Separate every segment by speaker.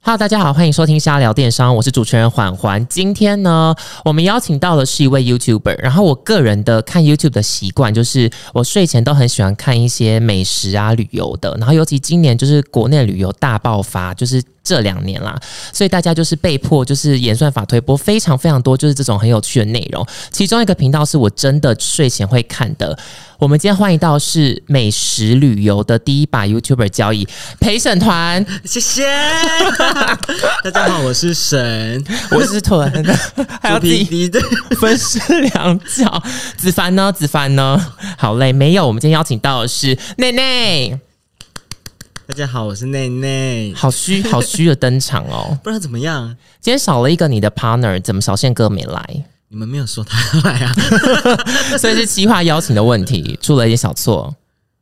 Speaker 1: Hello，大家好，欢迎收听瞎聊电商，我是主持人缓缓。今天呢，我们邀请到的是一位 YouTuber，然后我个人的看 YouTube 的习惯就是我睡前都很喜欢看一些美食啊、旅游的，然后尤其今年就是国内旅游大爆发，就是。这两年啦，所以大家就是被迫就是演算法推播非常非常多，就是这种很有趣的内容。其中一个频道是我真的睡前会看的。我们今天欢迎到是美食旅游的第一把 YouTuber 交易陪审团，
Speaker 2: 谢 谢大家好，我是沈，
Speaker 1: 我是屯， 还有
Speaker 2: 猪
Speaker 1: 自
Speaker 2: 皮
Speaker 1: 己
Speaker 2: 迪的，
Speaker 1: 分饰两角。子凡呢？子凡呢？好嘞，没有。我们今天邀请到的是内内，
Speaker 2: 大家好，我是内内，
Speaker 1: 好虚，好虚的登场 哦。
Speaker 2: 不知道怎么样，
Speaker 1: 今天少了一个你的 partner，怎么小宪哥没来？
Speaker 2: 你们没有说他来啊？
Speaker 1: 所以是企划邀请的问题，出了一点小错，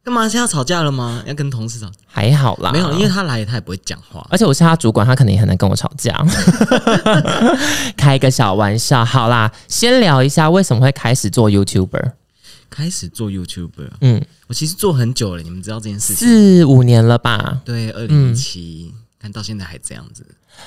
Speaker 2: 干嘛？现在要吵架了吗？要跟同事吵？
Speaker 1: 还好啦。
Speaker 2: 没有，因为他来他也不会讲话。
Speaker 1: 而且我是他主管，他可能也很难跟我吵 架，开个小玩笑。好啦，先聊一下为什么会开始做 YouTuber，
Speaker 2: 开始做 YouTuber，
Speaker 1: 嗯
Speaker 2: 嗯，我其实做很久了，你们知道这件事情？
Speaker 1: 四五年了吧？
Speaker 2: 对，二零一七，
Speaker 1: 嗯
Speaker 2: 看到现在还这样子，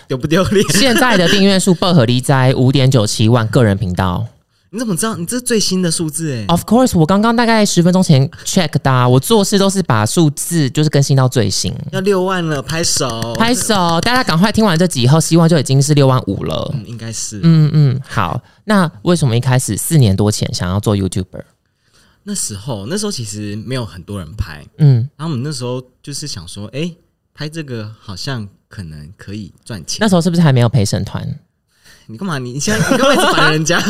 Speaker 2: 丢不丢 脸？
Speaker 1: 现在的订阅数不合理在五点九七万个人频道。
Speaker 2: 你怎么知道？你这是最新的数字哎、
Speaker 1: Of course，我刚刚大概十分钟前 check 的、啊，我做事都是把数字就是更新到最新。
Speaker 2: 要六万了，拍手，
Speaker 1: 拍手，大家赶快听完这集以后，希望就已经是六万五了。
Speaker 2: 嗯，应该是。
Speaker 1: 嗯嗯，好。那为什么一开始四年多前想要做 YouTuber？
Speaker 2: 那时候，那时候其实没有很多人拍，
Speaker 1: 嗯，
Speaker 2: 然后我们那时候就是想说，哎、拍这个好像可能可以赚钱。
Speaker 1: 那时候是不是还没有陪审团？
Speaker 2: 你干嘛？你现在你干嘛一直烦人家？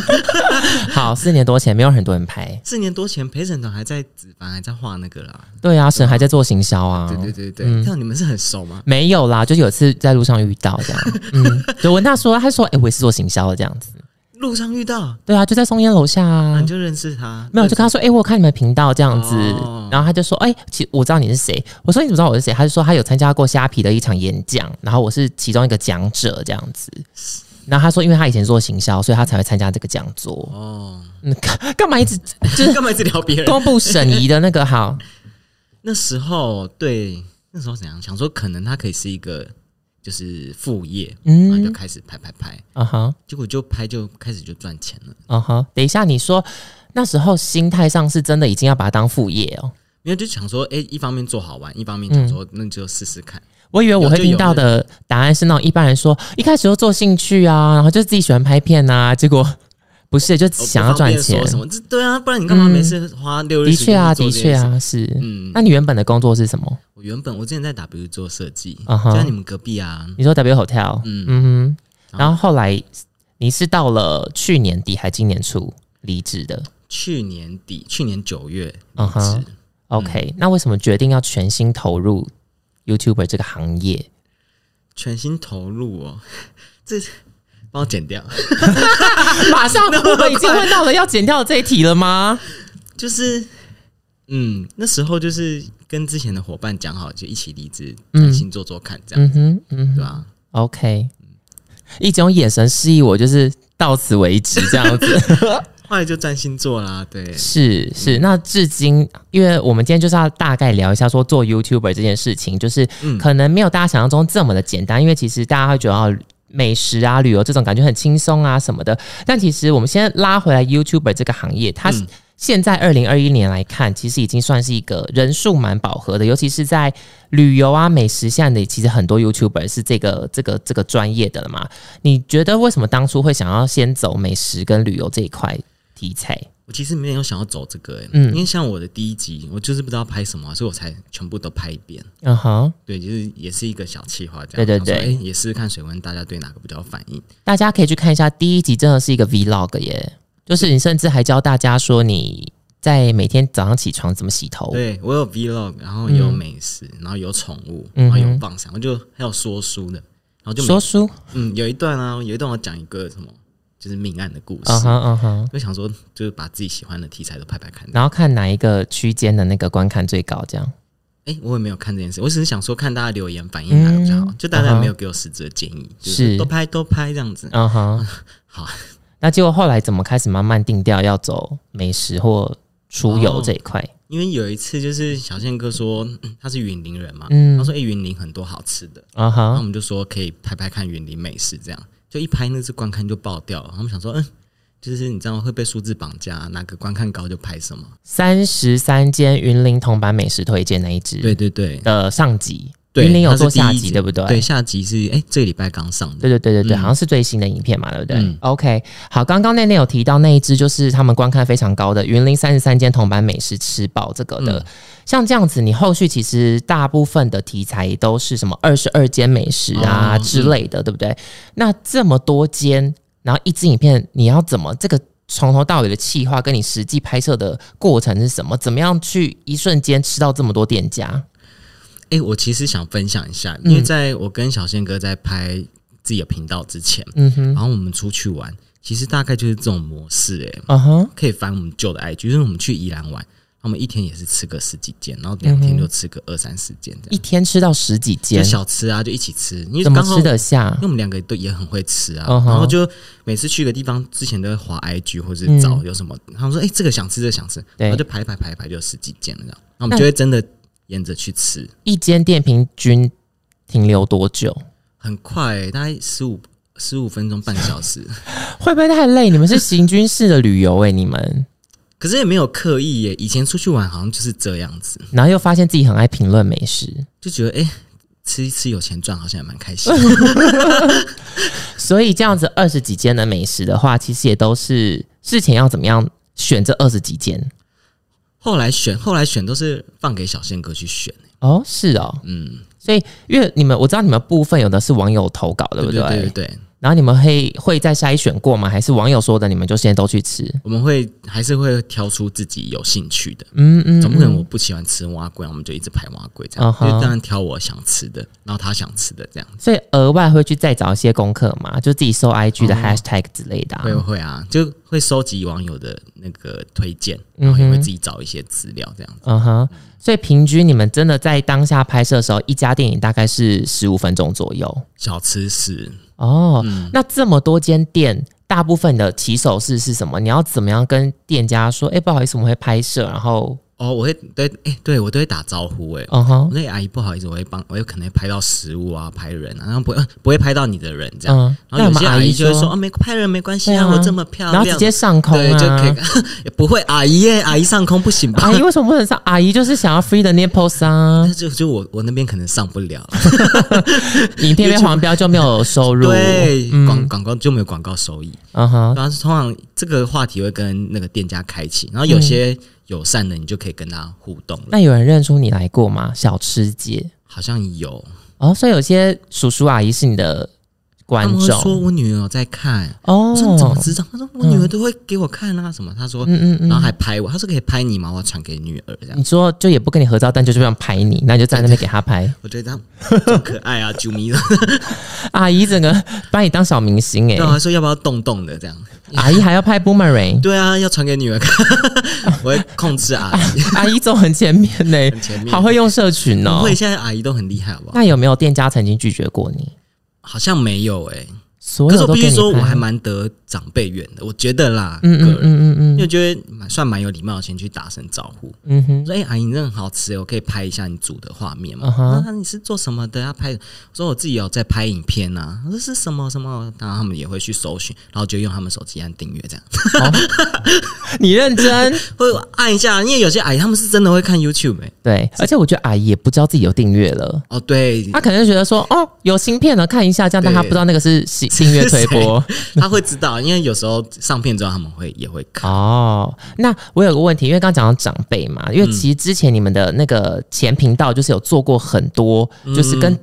Speaker 1: 好，四年多前没有很多人拍。
Speaker 2: 四年多前陪审团还在子凡还在画那个啦。
Speaker 1: 对啊，沈还在做行销啊。
Speaker 2: 对对对对，看到你们是很熟吗？
Speaker 1: 没有啦，就是有一次在路上遇到这样，嗯，就文大说，他说，哎、我也是做行销的这样子，
Speaker 2: 路上遇到，
Speaker 1: 对啊，就在松烟楼下啊
Speaker 2: 啊、你，就认识他？
Speaker 1: 没有，就跟他说，哎、我有看你们频道这样子，
Speaker 2: 哦
Speaker 1: 然后他就说，哎、其实我知道你是谁。我说你怎么知道我是谁？他就说他有参加过虾皮的一场演讲，然后我是其中一个讲者这样子。然后他说，因为他以前做行销，所以他才会参加这个讲座。
Speaker 2: 哦，
Speaker 1: 嗯，干干嘛一直就是
Speaker 2: 干嘛一直聊别人？
Speaker 1: 公布审议的那个好？
Speaker 2: 那时候对，那时候怎样想说，可能他可以是一个就是副业，然后就
Speaker 1: 嗯，
Speaker 2: 开始拍拍拍，
Speaker 1: 啊哈，
Speaker 2: 结果就拍就开始就赚钱了。
Speaker 1: 啊哈，等一下，你说那时候心态上是真的已经要把它当副业哦。
Speaker 2: 没有就想说，哎、一方面做好玩，一方面想说，
Speaker 1: 嗯
Speaker 2: 那就试试看。
Speaker 1: 我以为我会
Speaker 2: 有就有
Speaker 1: 听到的答案是那种一般人说一开始就做兴趣啊，然后就自己喜欢拍片啊，结果不是，就
Speaker 2: 哦我不
Speaker 1: 想要赚
Speaker 2: 方便
Speaker 1: 钱
Speaker 2: 说。什么？这对啊，不然你干嘛
Speaker 1: 嗯
Speaker 2: 没事花六日？
Speaker 1: 的确啊，的确。啊，是。
Speaker 2: 嗯，
Speaker 1: 那你原本的工作是什么？
Speaker 2: 我原本我之前在 W 做设计，
Speaker 1: 啊
Speaker 2: 就
Speaker 1: 哈
Speaker 2: 在你，们隔壁啊。
Speaker 1: 你说 W Hotel，嗯
Speaker 2: 嗯
Speaker 1: 嗯哼，
Speaker 2: 然后
Speaker 1: 然后后来你是到了去年底还今年初离职的
Speaker 2: 去年底，去年九月离
Speaker 1: 嗯哼
Speaker 2: 职。
Speaker 1: ？OK，那为什么决定要全心投入 YouTuber 这个行业？
Speaker 2: 全心投入哦， 这帮我剪掉。
Speaker 1: 马上我们已经问到了要剪掉这一题了吗？
Speaker 2: 就是，嗯，那时候就是跟之前的伙伴讲好，就一起离职，
Speaker 1: 嗯
Speaker 2: 专心做做看，这样、
Speaker 1: 嗯哼，嗯
Speaker 2: 对
Speaker 1: 哼
Speaker 2: 吧、
Speaker 1: ，OK，一直用眼神示意我就是到此为止这样子。
Speaker 2: 后来就专心做啦，对，
Speaker 1: 是是，那至今，因为我们今天就是要大概聊一下说做 YouTuber 这件事情，就是
Speaker 2: 嗯
Speaker 1: 可能没有大家想象中这么的简单，因为其实大家会觉得哦美食啊、旅游这种感觉很轻松啊什么的，但其实我们先拉回来 YouTuber 这个行业，它
Speaker 2: 嗯
Speaker 1: 现在二零二一年来看，其实已经算是一个人数蛮饱和的，尤其是在旅游啊、美食现在的其实很多 YouTuber 是这个这个这个专业的了嘛。你觉得为什么当初会想要先走美食跟旅游这一块题材？
Speaker 2: 我其实没有想要走这个、欸，
Speaker 1: 嗯
Speaker 2: 因为像我的第一集，我就是不知道拍什么，所以我才全部都拍一遍。
Speaker 1: 嗯哼。
Speaker 2: 对，就是也是一个小企划这
Speaker 1: 对
Speaker 2: 样。
Speaker 1: 对
Speaker 2: 想说
Speaker 1: 对
Speaker 2: 哎、也试试看水温大家对哪个比较有反应。
Speaker 1: 大家可以去看一下第一集，真的是一个 vlog 耶，就是你甚至还教大家说你在每天早上起床怎么洗头。
Speaker 2: 对我有 vlog，然后也有美食，然后有宠物，
Speaker 1: 嗯
Speaker 2: 然
Speaker 1: 哼
Speaker 2: 后有棒赏，我就还有说书的，然后就每
Speaker 1: 说书，
Speaker 2: 嗯有一段啊，有一段我讲一个什么就是命案的故事。
Speaker 1: 嗯哼嗯哼，
Speaker 2: 就想说，就是把自己喜欢的题材都拍拍看。
Speaker 1: 然后看哪一个区间的那个观看最高，这样。
Speaker 2: 哎、我也没有看这件事，我只是想说看大家留言反应哪个比较好。
Speaker 1: 嗯
Speaker 2: 就大家
Speaker 1: 啊哈
Speaker 2: 没有给我实质的建议，就是是都拍都拍这样子。
Speaker 1: 嗯哼，
Speaker 2: 好，哦
Speaker 1: 那结果后来怎么开始慢慢定调要走美食或出游这一块？
Speaker 2: 因为有一次就是小宪哥说嗯他是云林人嘛，
Speaker 1: 嗯
Speaker 2: 他说哎云林很多好吃的，
Speaker 1: 啊
Speaker 2: 然后我
Speaker 1: 哈，
Speaker 2: 们就说可以拍拍看云林美食，这样就一拍那只观看就爆掉了。他们想说嗯，就是你知道会被数字绑架，哪个观看高就拍什么。
Speaker 1: 三十三间云林铜板美食推荐那一
Speaker 2: 对
Speaker 1: 支
Speaker 2: 对对，
Speaker 1: 的上集，
Speaker 2: 对
Speaker 1: 云林有
Speaker 2: 它是
Speaker 1: 做
Speaker 2: 第一
Speaker 1: 下集
Speaker 2: 集
Speaker 1: 对不对？
Speaker 2: 对下集是哎、这个礼拜刚上的，
Speaker 1: 对对对对对，
Speaker 2: 嗯
Speaker 1: 好像是最新的影片嘛，对不对、
Speaker 2: 嗯
Speaker 1: o k 好，刚刚内内有提到那一支，就是他们观看非常高的云林三十三间铜板美食吃饱这个的，
Speaker 2: 嗯
Speaker 1: 像这样子，你后续其实大部分的题材都是什么二十二间美食啊、
Speaker 2: 哦
Speaker 1: 之类的，对不对？那这么多间，然后一支影片，你要怎么这个？从头到尾的企划跟你实际拍摄的过程是什么？怎么样去一瞬间吃到这么多店家？
Speaker 2: 哎、我其实想分享一下，
Speaker 1: 嗯
Speaker 2: 因为在我跟小宪哥在拍自己的频道之前，
Speaker 1: 嗯哼
Speaker 2: 然，后我们出去玩，其实大概就是这种模式、哎，
Speaker 1: 嗯哼，
Speaker 2: 可以翻我们旧的 IG，就是我们去宜兰玩，我们一天也是吃个十几间，然后两天就吃个二三十间这
Speaker 1: 嗯一
Speaker 2: 样，
Speaker 1: 天吃到十几
Speaker 2: 就
Speaker 1: 间，
Speaker 2: 小吃啊就一起吃，因为
Speaker 1: 怎么
Speaker 2: 刚好
Speaker 1: 吃得下？
Speaker 2: 因为我们两个都也很会吃啊
Speaker 1: 嗯哼
Speaker 2: 然后就每次去一个地方之前都会滑 IG 或是找有什么，他们说哎、诶这个想吃这个想吃，
Speaker 1: 嗯对嗯
Speaker 2: 然后就排排排排就有十几间了这样，然后我们就会真的沿着去吃，
Speaker 1: 一间店平均停留多久？
Speaker 2: 很快、大概十五十五分钟半小时，
Speaker 1: 会不会太累？你们是行军式的旅游哎、你们，
Speaker 2: 可是也没有刻意耶、以前出去玩好像就是这样子，
Speaker 1: 然后又发现自己很爱评论美食，
Speaker 2: 就觉得哎、诶吃一吃有钱赚，好像也蛮开心。
Speaker 1: 所以这样子二十几间的美食的话，其实也都是事前要怎么样选这二十几间
Speaker 2: 后来选，后来选都是放给小宪哥去选。
Speaker 1: 哦，是哦，
Speaker 2: 嗯，
Speaker 1: 所以因为你们我知道你们部分有的是网友投稿，对不
Speaker 2: 对
Speaker 1: 对？
Speaker 2: 对对对，
Speaker 1: 然后你们会会再筛选过吗？还是网友说的你们就先都去吃？
Speaker 2: 我们会还是会挑出自己有兴趣的。
Speaker 1: 嗯嗯，
Speaker 2: 总不可能
Speaker 1: 嗯
Speaker 2: 我不喜欢吃蛙龟，我们就一直排蛙龟这样
Speaker 1: 嗯哼
Speaker 2: 就当然挑我想吃的，然后他想吃的这样。
Speaker 1: 所以额外会去再找一些功课嘛，就自己搜 IG 的
Speaker 2: 哦
Speaker 1: hashtag 之类的、啊
Speaker 2: 会会啊，就会收集网友的那个推荐，然
Speaker 1: 嗯
Speaker 2: 后
Speaker 1: 哼
Speaker 2: 也会自己找一些资料这样。
Speaker 1: 嗯哼，所以平均你们真的在当下拍摄的时候，一家电影大概是十五分钟左右
Speaker 2: 小吃是
Speaker 1: 哦。
Speaker 2: 嗯
Speaker 1: 那这么多间店，大部分的起手式是什么？你要怎么样跟店家说？哎、不好意思，我们会拍摄，然后
Speaker 2: 哦，我会对，哎、对我都会打招呼哎、
Speaker 1: 嗯
Speaker 2: 我
Speaker 1: 哼，
Speaker 2: 那个阿姨不好意思，我会帮，我有可能会拍到食物啊，拍人啊，然后不会不会拍到你的人这样。
Speaker 1: 嗯，
Speaker 2: 然
Speaker 1: 那
Speaker 2: 后
Speaker 1: 我
Speaker 2: 有
Speaker 1: 们
Speaker 2: 些
Speaker 1: 阿
Speaker 2: 阿
Speaker 1: 姨
Speaker 2: 姨就会说
Speaker 1: 说，
Speaker 2: 啊，没拍人没关系啊，
Speaker 1: 对啊
Speaker 2: 我这么漂
Speaker 1: 然
Speaker 2: 亮，
Speaker 1: 后直接上空
Speaker 2: 对就可以
Speaker 1: 啊。
Speaker 2: 看，也不会阿姨耶，阿姨上空不行吧？
Speaker 1: 阿 姨为什么不能上？阿姨就是想要 free 的 nipples 啊
Speaker 2: 但！就就我我那边可能上不了，
Speaker 1: 影片被黄标就没有收 入。
Speaker 2: 对，广
Speaker 1: 嗯
Speaker 2: 广告就没有广告收益。
Speaker 1: 嗯哼，
Speaker 2: 然后通常这个话题会跟那个店家开启，然后有些友善的你就可以跟他互动了。
Speaker 1: 嗯那有人认出你来过吗？小吃街
Speaker 2: 好像有，
Speaker 1: 哦，所以有些叔叔阿姨是你的观
Speaker 2: 他们会
Speaker 1: 众
Speaker 2: 说我女儿有在看，
Speaker 1: 哦
Speaker 2: 我说你怎么知道？他说我女儿都会给我看啊什么。他说，
Speaker 1: 嗯嗯嗯，
Speaker 2: 然后还拍我，他说可以拍你吗？我要传给女儿这样。
Speaker 1: 你说就也不跟你合照，但就是想拍你，那你就站在那边给他 拍。
Speaker 2: 我觉得他很可爱啊，啾咪的。
Speaker 1: 阿姨整个把你当小明星哎、
Speaker 2: 然后还说要不要动动的这样？
Speaker 1: 阿姨还要拍 boomerang，
Speaker 2: 对啊，要传给女儿看， 我会控制阿姨。
Speaker 1: 阿姨走很前面呢、
Speaker 2: 很前面
Speaker 1: 好会用社群
Speaker 2: 不
Speaker 1: 哦、
Speaker 2: 会，现在阿姨都很厉害，好不好？
Speaker 1: 那有没有店家曾经拒绝过你？
Speaker 2: 好像没有哎、
Speaker 1: 所
Speaker 2: 可是
Speaker 1: 有
Speaker 2: 我
Speaker 1: 都
Speaker 2: 必
Speaker 1: 给
Speaker 2: 须
Speaker 1: 你
Speaker 2: 说，我
Speaker 1: 拍
Speaker 2: 还蛮得长辈缘的，我觉得啦，
Speaker 1: 嗯嗯
Speaker 2: 个人，
Speaker 1: 嗯嗯
Speaker 2: 因
Speaker 1: 嗯
Speaker 2: 为我觉得蛮算蛮有礼貌，先去打声招呼。
Speaker 1: 嗯
Speaker 2: 我
Speaker 1: 哼，
Speaker 2: 说：“哎、阿姨，你真的很好吃耶，我可以拍一下你煮的画面吗
Speaker 1: 嗯？”
Speaker 2: 那、
Speaker 1: 哼
Speaker 2: 你是做什么的？要拍？我说我自己有在拍影片啊。我说是什么什么？然后他们也会去搜寻，然后就用他们手机按订阅这样，
Speaker 1: 你认 真
Speaker 2: 会按一下。因为有些阿姨他们是真的会看 YouTube 哎、
Speaker 1: 对，而且我觉得阿姨也不知道自己有订阅了。
Speaker 2: 哦，对，
Speaker 1: 她可能就觉得说，哦，有新片了，看一下，这样，但她不知道那个是 新新月推播。
Speaker 2: 他会知道，因为有时候上片之后他们会也会看。
Speaker 1: 哦，那我有个问题，因为刚刚讲到长辈嘛，
Speaker 2: 嗯
Speaker 1: 因为其实之前你们的那个前频道就是有做过很多，就是跟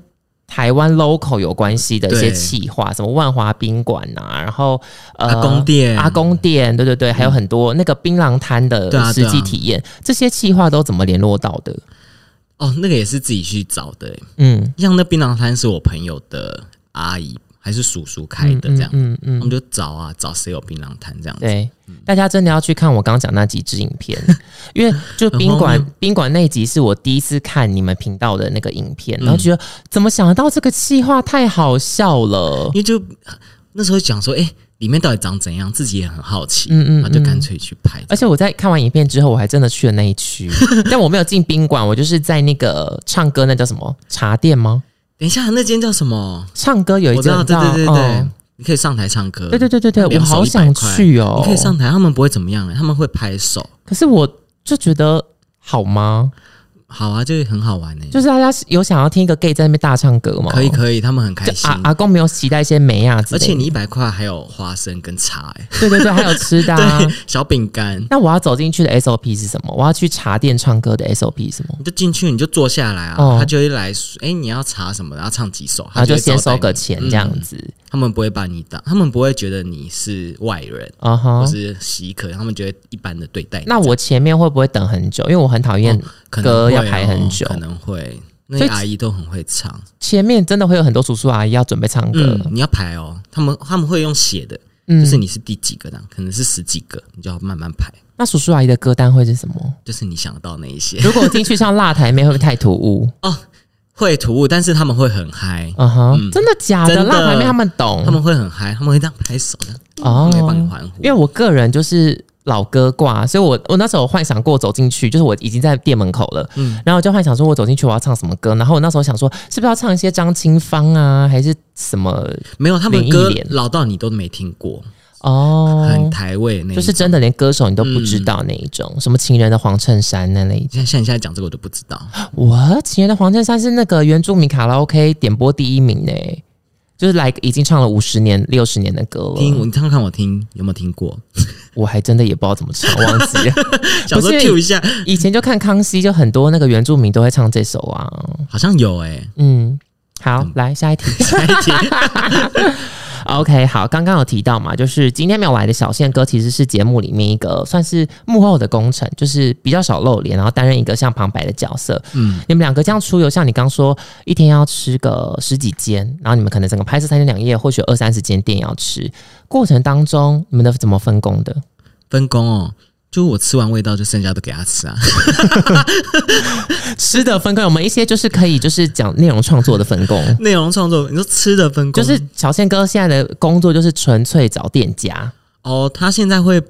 Speaker 1: 台湾 local 有关系的一些
Speaker 2: 嗯对
Speaker 1: 企划，什么万华宾馆啊，然后呃
Speaker 2: 阿公店嗯
Speaker 1: 阿公店，对对对，还有很多那个槟榔摊的
Speaker 2: 对啊
Speaker 1: 实
Speaker 2: 对啊
Speaker 1: 际体验，这些企划都怎么联络到的？
Speaker 2: 哦，那个也是自己去找的、欸。
Speaker 1: 嗯，
Speaker 2: 像那槟榔摊是我朋友的阿姨还是叔叔开的，这样，
Speaker 1: 嗯嗯
Speaker 2: 我
Speaker 1: 嗯
Speaker 2: 们就找啊找谁有槟榔摊这样子。
Speaker 1: 对，大家真的要去看我刚刚讲那几支影片， 因为就宾
Speaker 2: 很荒
Speaker 1: 馆
Speaker 2: 谬
Speaker 1: 宾馆那一集是我第一次看你们频道的那个影片，
Speaker 2: 嗯
Speaker 1: 然后觉得、怎么想得到这个计划太好笑了
Speaker 2: 呃因。为就那时候讲说，哎、里面到底长怎样，自己也很好奇，
Speaker 1: 嗯嗯
Speaker 2: 然后就
Speaker 1: 嗯
Speaker 2: 干脆去拍。
Speaker 1: 而且我在看完影片之后，我还真的去了那一 区，但我没有进宾馆，我就是在那个唱歌，那叫什么茶店吗？
Speaker 2: 等一下，那间叫什么？
Speaker 1: 唱歌有一
Speaker 2: 我知
Speaker 1: 个
Speaker 2: 道，
Speaker 1: 你
Speaker 2: 对对对对，
Speaker 1: 嗯
Speaker 2: 你可以上台唱歌，
Speaker 1: 对对对对对，我
Speaker 2: 两手
Speaker 1: 好想
Speaker 2: 100块
Speaker 1: 去哦。
Speaker 2: 你可以上台，他们不会怎么样、他们会拍手，
Speaker 1: 可是我就觉得好吗？
Speaker 2: 好啊，就是很好玩呢、
Speaker 1: 就是大家有想要听一个 gay 在那边大唱歌吗？
Speaker 2: 可以可以，他们很开
Speaker 1: 就
Speaker 2: 心。
Speaker 1: 阿阿公没有期待一些美亚之类的，
Speaker 2: 而且你一百块还有花生跟茶、欸，
Speaker 1: 对对对，还有吃的、啊。
Speaker 2: 对，小饼干，
Speaker 1: 那我要走进去的 SOP 是什么？我要去茶店唱歌的 SOP 是什么？
Speaker 2: 你就进去，你就坐下来啊，
Speaker 1: 哦
Speaker 2: 他就会来说，哎、你要茶什么的，然后唱几首，
Speaker 1: 然后就
Speaker 2: 会
Speaker 1: 先
Speaker 2: 招待
Speaker 1: 收个
Speaker 2: 你
Speaker 1: 钱
Speaker 2: 嗯
Speaker 1: 这样子，
Speaker 2: 他们不会把你当，他们不会觉得你是外人。
Speaker 1: 啊哈
Speaker 2: 嗯或。是稀客，他们觉得一般的对待你这
Speaker 1: 那
Speaker 2: 样。
Speaker 1: 我前面会不会等很久？因为我很讨厌
Speaker 2: 可能
Speaker 1: 歌
Speaker 2: 会
Speaker 1: 要
Speaker 2: 哦
Speaker 1: 排很久
Speaker 2: 可能会。那
Speaker 1: 所
Speaker 2: 些
Speaker 1: 以
Speaker 2: 阿姨都很会唱，
Speaker 1: 前面真的会有很多叔叔阿姨要准备唱歌
Speaker 2: 嗯，，你要排哦。他们他们会用写的，
Speaker 1: 嗯，
Speaker 2: 就是你是第几个呢？可能是十几个，你就要慢慢排，
Speaker 1: 那叔叔阿姨的歌单会是什 么？
Speaker 2: 就是你想到那一些
Speaker 1: 如果我进去唱辣台妹，会不会太突兀？
Speaker 2: 会突兀，但是他们会很嗨，
Speaker 1: 啊哈，真的假的？
Speaker 2: 嗯真的
Speaker 1: 辣台妹他们懂，
Speaker 2: 他们会很嗨，他们会这样拍手的，
Speaker 1: 嗯哦
Speaker 2: 会帮你欢呼
Speaker 1: 因为。我个人就是老歌挂，所以我我那时候有幻想过走进去，就是我已经在店门口了，
Speaker 2: 嗯
Speaker 1: 然后我就幻想说我走进去我要唱什么歌，然后我那时候想说是不是要唱一些张清芳啊，还是什么
Speaker 2: 没有，他们
Speaker 1: 林忆
Speaker 2: 歌
Speaker 1: 莲
Speaker 2: 老到你都没听过，很
Speaker 1: 哦，
Speaker 2: 台味那一种。
Speaker 1: 就是真的连歌手你都不知道那一
Speaker 2: 嗯
Speaker 1: 种，什么情人的黄衬衫那类。
Speaker 2: 像像你现在讲这个，我都不知道。
Speaker 1: 我情人的黄衬衫是那个原住民卡拉 OK 点播第一名呢、就是来已经唱了五十年、六十年的歌
Speaker 2: 听，
Speaker 1: 了，
Speaker 2: 你看看我听有没有听过？
Speaker 1: 我还真的也不知道怎么唱，忘记了。
Speaker 2: 想说
Speaker 1: 因为
Speaker 2: Q 一下，
Speaker 1: 以前就看康熙，就很多那个原住民都会唱这首啊。
Speaker 2: 好像有哎、
Speaker 1: 嗯，好，来下一题。
Speaker 2: 下一天
Speaker 1: OK，好，刚刚有提到嘛，就是今天没有来的小宪哥其实是节目里面一个算是幕后的功臣，就是比较少露脸，然后担任一个像旁白的角色。嗯
Speaker 2: 嗯，
Speaker 1: 你们两个这样出游，像你刚说一天要吃个十几间，然后你们可能整个拍摄三天两夜，或许有二三十间店要吃，过程当中你们的怎么分工的？
Speaker 2: 分工哦，就我吃完味道，就剩下都给他吃啊。
Speaker 1: 吃的分工，我们一些就是可以就是讲内容创作的分工。
Speaker 2: 内容创作，你说吃的分 工，
Speaker 1: 就是小宪哥现在的工作就是纯粹找店家，
Speaker 2: 哦，他现在会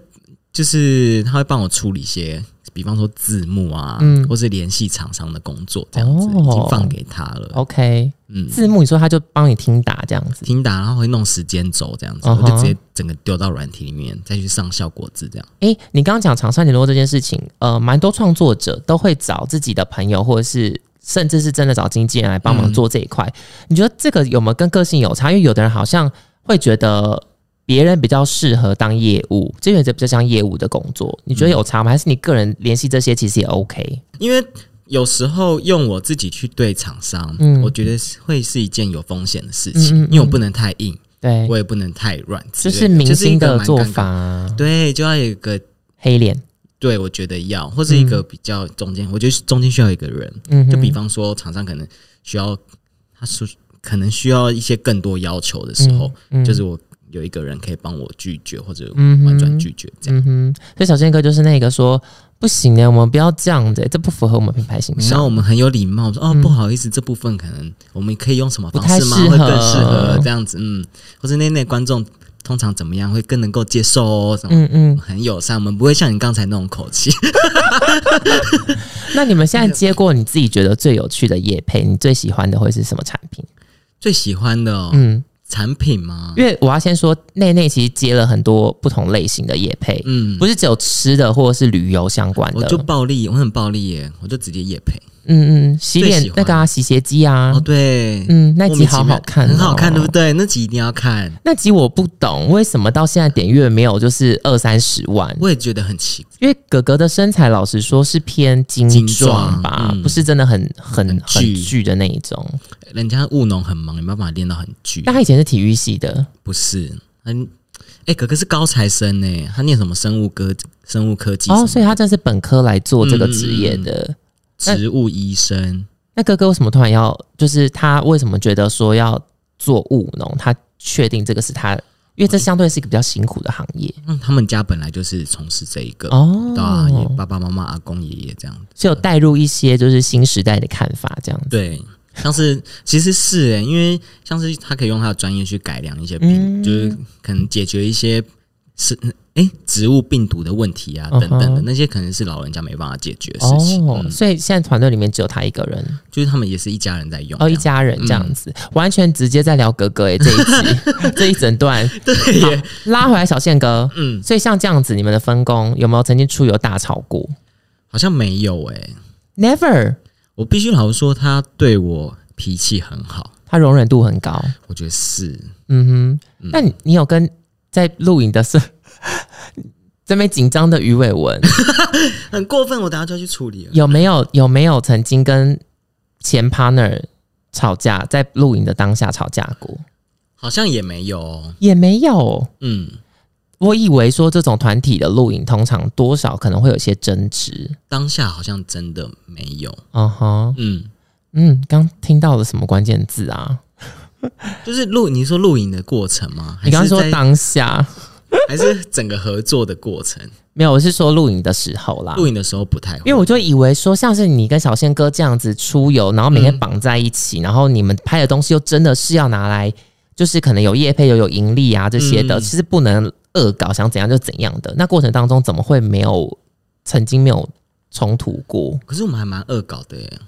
Speaker 2: 就是他会帮我处理一些，比方说字幕啊，
Speaker 1: 嗯
Speaker 2: 或是联系厂商的工作这样子，
Speaker 1: 哦
Speaker 2: 已经放给他了。
Speaker 1: OK，
Speaker 2: 嗯，
Speaker 1: 字幕你说他就帮你听打这样子，
Speaker 2: 听打，然后会弄时间轴这样子，
Speaker 1: 嗯哼
Speaker 2: 我就直接整个丢到软体里面，再去上效果字这样。
Speaker 1: 诶，你刚刚讲长三联络这件事情，呃，蛮多创作者都会找自己的朋友，或者是甚至是真的找经纪人来帮忙做这一块。
Speaker 2: 嗯
Speaker 1: 你觉得这个有没有跟个性有差？因为有的人好像会觉得别人比较适合当业务，志愿者比较像业务的工作，你觉得有
Speaker 2: 嗯
Speaker 1: 差吗？还是你个人联系这些其实也 OK？
Speaker 2: 因为有时候用我自己去对厂商，
Speaker 1: 嗯
Speaker 2: 我觉得是会是一件有风险的事情，
Speaker 1: 嗯嗯嗯
Speaker 2: 因为我不能太硬，
Speaker 1: 对，
Speaker 2: 我也不能太软之
Speaker 1: 就
Speaker 2: 类的，
Speaker 1: 是明
Speaker 2: 一
Speaker 1: 星
Speaker 2: 个
Speaker 1: 的
Speaker 2: 蛮
Speaker 1: 做
Speaker 2: 尴尬
Speaker 1: 法
Speaker 2: 的。
Speaker 1: 啊，
Speaker 2: 对，就要有一个
Speaker 1: 黑脸，
Speaker 2: 对，我觉得要，或是一个比较中间，我觉得中间需要一个人。
Speaker 1: 嗯嗯哼，
Speaker 2: 就比方说，厂商可能需要，他说可能需要一些更多要求的时候，
Speaker 1: 嗯嗯
Speaker 2: 就是我有一个人可以帮我拒绝或者
Speaker 1: 嗯哼
Speaker 2: 婉转拒绝这样。
Speaker 1: 嗯哼，所以小健哥就是那个说不行欸的，我们不要这样子、这不符合我们品牌形
Speaker 2: 然后
Speaker 1: 象。
Speaker 2: 我们很有礼貌，说哦、
Speaker 1: 啊嗯
Speaker 2: 不好意思，这部分可能我们可以用什么方
Speaker 1: 不太
Speaker 2: 式吗？
Speaker 1: 适
Speaker 2: 会更
Speaker 1: 合
Speaker 2: 适合这样子，嗯，或者那那观众通常怎么样会更能够接受哦？什么、
Speaker 1: 嗯 嗯，
Speaker 2: 很友善，我们不会像你刚才那种口气。
Speaker 1: 那你们现在接过你自己觉得最有趣的业配，你最喜欢的会是什么产品？
Speaker 2: 最喜欢的、哦
Speaker 1: 嗯，
Speaker 2: 产品吗？
Speaker 1: 因为我要先说，内内其实接了很多不同类型的业配，
Speaker 2: 嗯，
Speaker 1: 不是只有吃的或者是旅游相关
Speaker 2: 我
Speaker 1: 的。
Speaker 2: 就暴力，我很暴力耶，我就直接夜配。
Speaker 1: 嗯嗯，洗
Speaker 2: 最
Speaker 1: 脸
Speaker 2: 喜欢
Speaker 1: 那个啊，洗鞋机啊，
Speaker 2: 哦，对，
Speaker 1: 嗯，那
Speaker 2: 莫
Speaker 1: 集
Speaker 2: 名其
Speaker 1: 好
Speaker 2: 妙
Speaker 1: 好看、
Speaker 2: 很好看，对不？对？那集一定要看，
Speaker 1: 那集我不懂为什么到现在点阅没有就是二三十万，
Speaker 2: 我也觉得很奇怪，
Speaker 1: 因为哥哥的身材，老实说是偏精
Speaker 2: 精
Speaker 1: 壮
Speaker 2: 壮
Speaker 1: 吧，
Speaker 2: 嗯
Speaker 1: 不是真的很很
Speaker 2: 很
Speaker 1: 很
Speaker 2: 巨
Speaker 1: 巨的那一种。
Speaker 2: 人家务农很忙，也没办法练到很巨
Speaker 1: 但，他以前是体育系的，
Speaker 2: 不是很。哎、哥哥是高材生呢、他念什么生物科、生物科技什么
Speaker 1: 哦，所以他真的是本科来做这个职业的。
Speaker 2: 嗯植物医生。
Speaker 1: 那哥哥为什么突然要？就是他为什么觉得说要做务农？他确定这个是他，因为这相对是一个比较辛苦的行业
Speaker 2: 嗯，他们家本来就是从事这一个，
Speaker 1: 哦
Speaker 2: 对啊，也爸爸妈妈、阿公、爷爷这样。
Speaker 1: 所以有带入一些就是新时代的看法这样子。
Speaker 2: 对，像是其实是诶、因为像是他可以用他的专业去改良一些病，
Speaker 1: 嗯
Speaker 2: 就是可能解决一些是诶、植物病毒的问题啊等等的
Speaker 1: 嗯哼
Speaker 2: 那些，可能是老人家没办法解决的事情。
Speaker 1: 哦，
Speaker 2: 嗯，
Speaker 1: 所以现在团队里面只有他一个人，
Speaker 2: 就是他们也是一家人在用
Speaker 1: 哦，一
Speaker 2: 这样
Speaker 1: 家人这样子，
Speaker 2: 嗯
Speaker 1: 完全直接在聊格格诶、这一集 这一整段
Speaker 2: 对耶，
Speaker 1: 拉回来小宪哥，
Speaker 2: 嗯，
Speaker 1: 所以像这样子，你们的分工有没有曾经出游大吵过
Speaker 2: 好像没有欸诶、
Speaker 1: ？Never，
Speaker 2: 我必须老实说，他对我脾气很好，
Speaker 1: 他容忍度很高。
Speaker 2: 我觉得是
Speaker 1: 嗯哼，那你你有跟在录影的时候 这边紧张的鱼尾 纹
Speaker 2: 很过分，我等下就要去处理了。
Speaker 1: 有没有有没有曾经跟前 partner 吵架，在录影的当下吵架过？
Speaker 2: 好像也没有哦，
Speaker 1: 也没有。
Speaker 2: 嗯，
Speaker 1: 我以为说这种团体的录影，通常多少可能会有一些争执。
Speaker 2: 当下好像真的没有，
Speaker 1: 嗯哼，
Speaker 2: 嗯，
Speaker 1: 嗯，刚听到了什么关键字啊？
Speaker 2: 就是录你说录影的过程吗？
Speaker 1: 你刚刚
Speaker 2: 还是
Speaker 1: 说
Speaker 2: 在
Speaker 1: 当下
Speaker 2: 还是整个合作的过程？
Speaker 1: 没有，我是说录影的时候啦。
Speaker 2: 录影的时候不太会，
Speaker 1: 因为我就以为说，像是你跟小宪哥这样子出游，然后每天绑在一起，然后你们拍的东西又真的是要拿来，就是可能有业配、有有盈利啊这些的，
Speaker 2: 嗯
Speaker 1: 其实不能恶搞，想怎样就怎样的。那过程当中怎么会没有曾经没有冲突过？
Speaker 2: 可是我们还蛮恶搞的耶，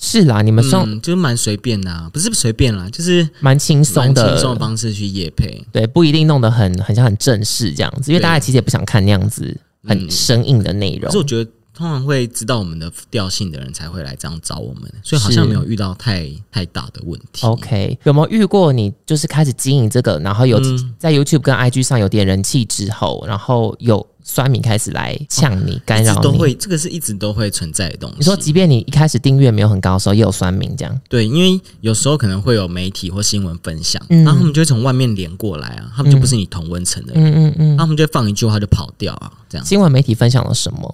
Speaker 1: 是啦，你们算
Speaker 2: 嗯，就是蛮随便的、啊，不是随便啦，就是
Speaker 1: 蛮轻松
Speaker 2: 蛮
Speaker 1: 的，
Speaker 2: 轻松的方式去夜配，
Speaker 1: 对，不一定弄得很很像很正式这样子，因为
Speaker 2: 对
Speaker 1: 大家其实也不想看那样子很
Speaker 2: 嗯
Speaker 1: 生硬的内
Speaker 2: 可
Speaker 1: 容
Speaker 2: 是。我觉得。通常会知道我们的调性的人才会来这样找我们，所以好像没有遇到太太大的问题。
Speaker 1: OK，有没有遇过你就是开始经营这个，然后有、
Speaker 2: 嗯
Speaker 1: 在 YouTube 跟 IG 上有点人气之后，然后有酸民开始来呛你、干
Speaker 2: 一直
Speaker 1: 扰
Speaker 2: 都
Speaker 1: 你？
Speaker 2: 会，这个是一直都会存在的东西。
Speaker 1: 你说，即便你一开始订阅没有很高的时候，也有酸民这样，
Speaker 2: 对，因为有时候可能会有媒体或新闻分享，
Speaker 1: 嗯
Speaker 2: 然后他们就会从外面连过来啊，他们就不是你同温层的人，
Speaker 1: 嗯嗯
Speaker 2: 然后
Speaker 1: 嗯。
Speaker 2: 他们就会放一句话就跑掉啊，这样。
Speaker 1: 新闻媒体分享了什么？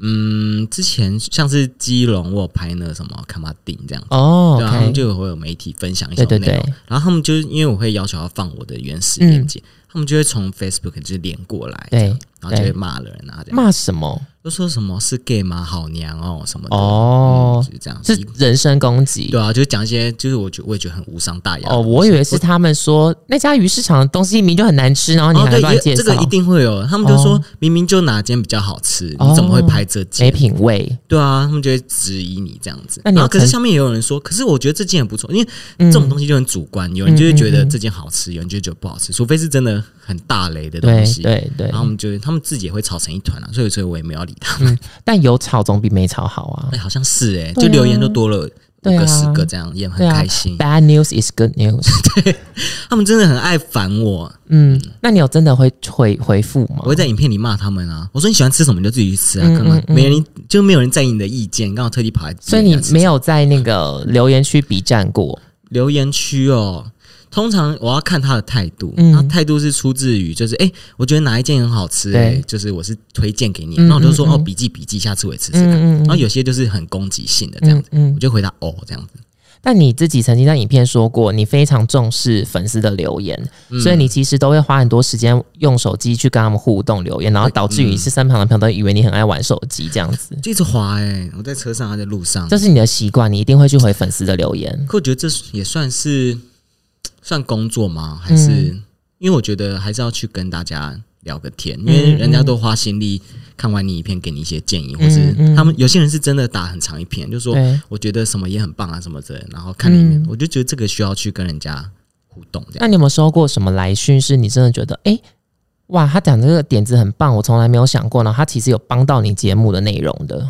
Speaker 2: 嗯，之前像是基隆，我有拍那个什么卡马丁这样子。
Speaker 1: 哦、
Speaker 2: 对啊，他
Speaker 1: o
Speaker 2: 们
Speaker 1: k
Speaker 2: 就会有媒体分享一些内
Speaker 1: 对
Speaker 2: 容，
Speaker 1: 对对
Speaker 2: 然后他们就是因为我会要求要放我的原始
Speaker 1: 嗯
Speaker 2: 链接，他们就会从 Facebook 就是连过来，
Speaker 1: 对
Speaker 2: 这样，然后就
Speaker 1: 对
Speaker 2: 会骂人啊，这样
Speaker 1: 骂什么？
Speaker 2: 就说什么是 gay 吗？好娘哦什么的，
Speaker 1: 哦
Speaker 2: 嗯就是这样，
Speaker 1: 是人身攻击。
Speaker 2: 对啊，就是讲一些就是我觉我也觉得很无伤大雅的
Speaker 1: 哦，
Speaker 2: 东西。
Speaker 1: 我以为是他们说那家鱼市场的东西明明就很难吃，然后你
Speaker 2: 哦，
Speaker 1: 还
Speaker 2: 对，
Speaker 1: 乱
Speaker 2: 也
Speaker 1: 介
Speaker 2: 这
Speaker 1: 绍，
Speaker 2: 个一定会有，他们就说、
Speaker 1: 哦
Speaker 2: 明明就哪间比较好吃，
Speaker 1: 哦
Speaker 2: 你怎么会拍这
Speaker 1: 没
Speaker 2: 间？
Speaker 1: 品味。
Speaker 2: 对啊，他们就会质疑你这样子。
Speaker 1: 那你有
Speaker 2: 然后可是
Speaker 1: 曾
Speaker 2: 下面也有人说，可是我觉得这间也不错，因为
Speaker 1: 嗯
Speaker 2: 这种东西就很主观，有人就会觉
Speaker 1: 嗯嗯
Speaker 2: 得
Speaker 1: 嗯
Speaker 2: 这间好吃，有人就觉得不好吃，除非是真的很大雷的
Speaker 1: 对
Speaker 2: 东西。
Speaker 1: 对对
Speaker 2: 然，后他们就他们自己也会吵成一团啊，所以所以我也没有理他们。
Speaker 1: 但有吵总比没吵好啊
Speaker 2: 哎、。好像是哎、
Speaker 1: 对啊
Speaker 2: 就留言都多了
Speaker 1: 对
Speaker 2: 五
Speaker 1: 啊
Speaker 2: 个十个这样，也
Speaker 1: 对
Speaker 2: 很
Speaker 1: 啊
Speaker 2: 开心。
Speaker 1: Bad news is good news。
Speaker 2: 他们真的很爱烦我，
Speaker 1: 嗯，那你有真的会回回复吗
Speaker 2: 我？会在影片里骂他们啊，我说你喜欢吃什么你就自己去吃啊，
Speaker 1: 嗯
Speaker 2: 干嘛
Speaker 1: 嗯？嗯
Speaker 2: 没人就没有人在意你的意见，刚好特地跑来。
Speaker 1: 所以你没有在那个留言区比战过，
Speaker 2: 留言区哦。通常我要看他的态度，
Speaker 1: 嗯
Speaker 2: 他态度是出自于就是哎、诶我觉得哪一件很好吃、
Speaker 1: 对
Speaker 2: 诶就是我是推荐给你，
Speaker 1: 嗯
Speaker 2: 然后我就说
Speaker 1: 嗯嗯
Speaker 2: 哦笔记笔记，下次我也吃吃
Speaker 1: 嗯
Speaker 2: 看。
Speaker 1: 嗯
Speaker 2: 然后
Speaker 1: 嗯，
Speaker 2: 有些就是很攻击性的这样
Speaker 1: 嗯
Speaker 2: 子，我
Speaker 1: 嗯。
Speaker 2: 就回答哦这样子，
Speaker 1: 但你自己曾经在影片说过，你非常重视粉丝的留言，
Speaker 2: 嗯
Speaker 1: 所以你其实都会花很多时间用手机去跟他们互动留言，然后导致于
Speaker 2: 嗯
Speaker 1: 是身旁的朋友都以为你很爱玩手机这样子，
Speaker 2: 就一直滑哎、诶我在车上，他在路上，
Speaker 1: 这是你的习惯，你一定会去回粉丝的留言。
Speaker 2: 可我觉得这也算是算工作吗？还是、
Speaker 1: 嗯
Speaker 2: 因为我觉得还是要去跟大家聊个天，因为人家都花心力看完你一篇，给你一些建议，或是
Speaker 1: 嗯嗯嗯
Speaker 2: 他们有些人是真的打很长一篇，就说
Speaker 1: 对，
Speaker 2: 我觉得什么也很棒啊什么之类的，然后看了一面，
Speaker 1: 嗯
Speaker 2: 我就觉得这个需要去跟人家互动这
Speaker 1: 那
Speaker 2: 样。
Speaker 1: 你有没有收过什么来讯？是你真的觉得，诶，哇，他讲这个点子很棒，我从来没有想过呢，然后他其实有帮到你节目的内容的。